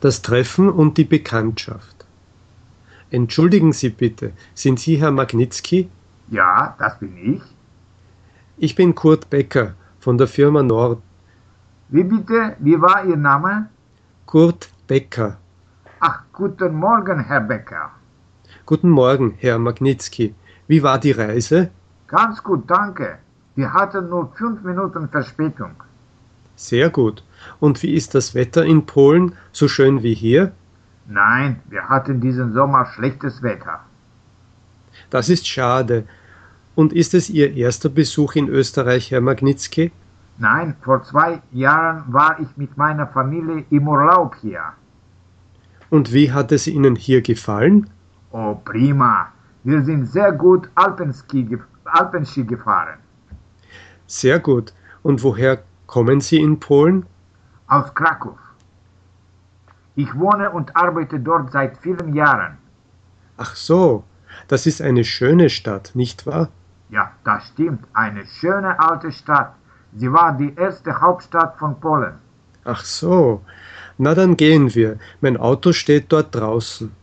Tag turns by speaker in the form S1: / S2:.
S1: das Treffen und die Bekanntschaft. Entschuldigen Sie bitte, sind Sie Herr Magnitsky?
S2: Ja, das bin ich.
S1: Ich bin Kurt Becker von der Firma Nord.
S2: Wie bitte, wie war Ihr Name?
S1: Kurt Becker.
S2: Ach, guten Morgen, Herr Becker.
S1: Guten Morgen, Herr Magnitsky. Wie war die Reise?
S2: Ganz gut, danke. Wir hatten nur fünf Minuten Verspätung.
S1: Sehr gut. Und wie ist das Wetter in Polen? So schön wie hier?
S2: Nein, wir hatten diesen Sommer schlechtes Wetter.
S1: Das ist schade. Und ist es Ihr erster Besuch in Österreich, Herr Magnitsky?
S2: Nein, vor zwei Jahren war ich mit meiner Familie im Urlaub hier.
S1: Und wie hat es Ihnen hier gefallen?
S2: Oh, prima. Wir sind sehr gut Alpenski, gef- Alpenski gefahren.
S1: Sehr gut. Und woher kommen Sie in Polen?
S2: Aus Krakow. Ich wohne und arbeite dort seit vielen Jahren.
S1: Ach so, das ist eine schöne Stadt, nicht wahr?
S2: Ja, das stimmt. Eine schöne alte Stadt. Sie war die erste Hauptstadt von Polen.
S1: Ach so. Na dann gehen wir. Mein Auto steht dort draußen.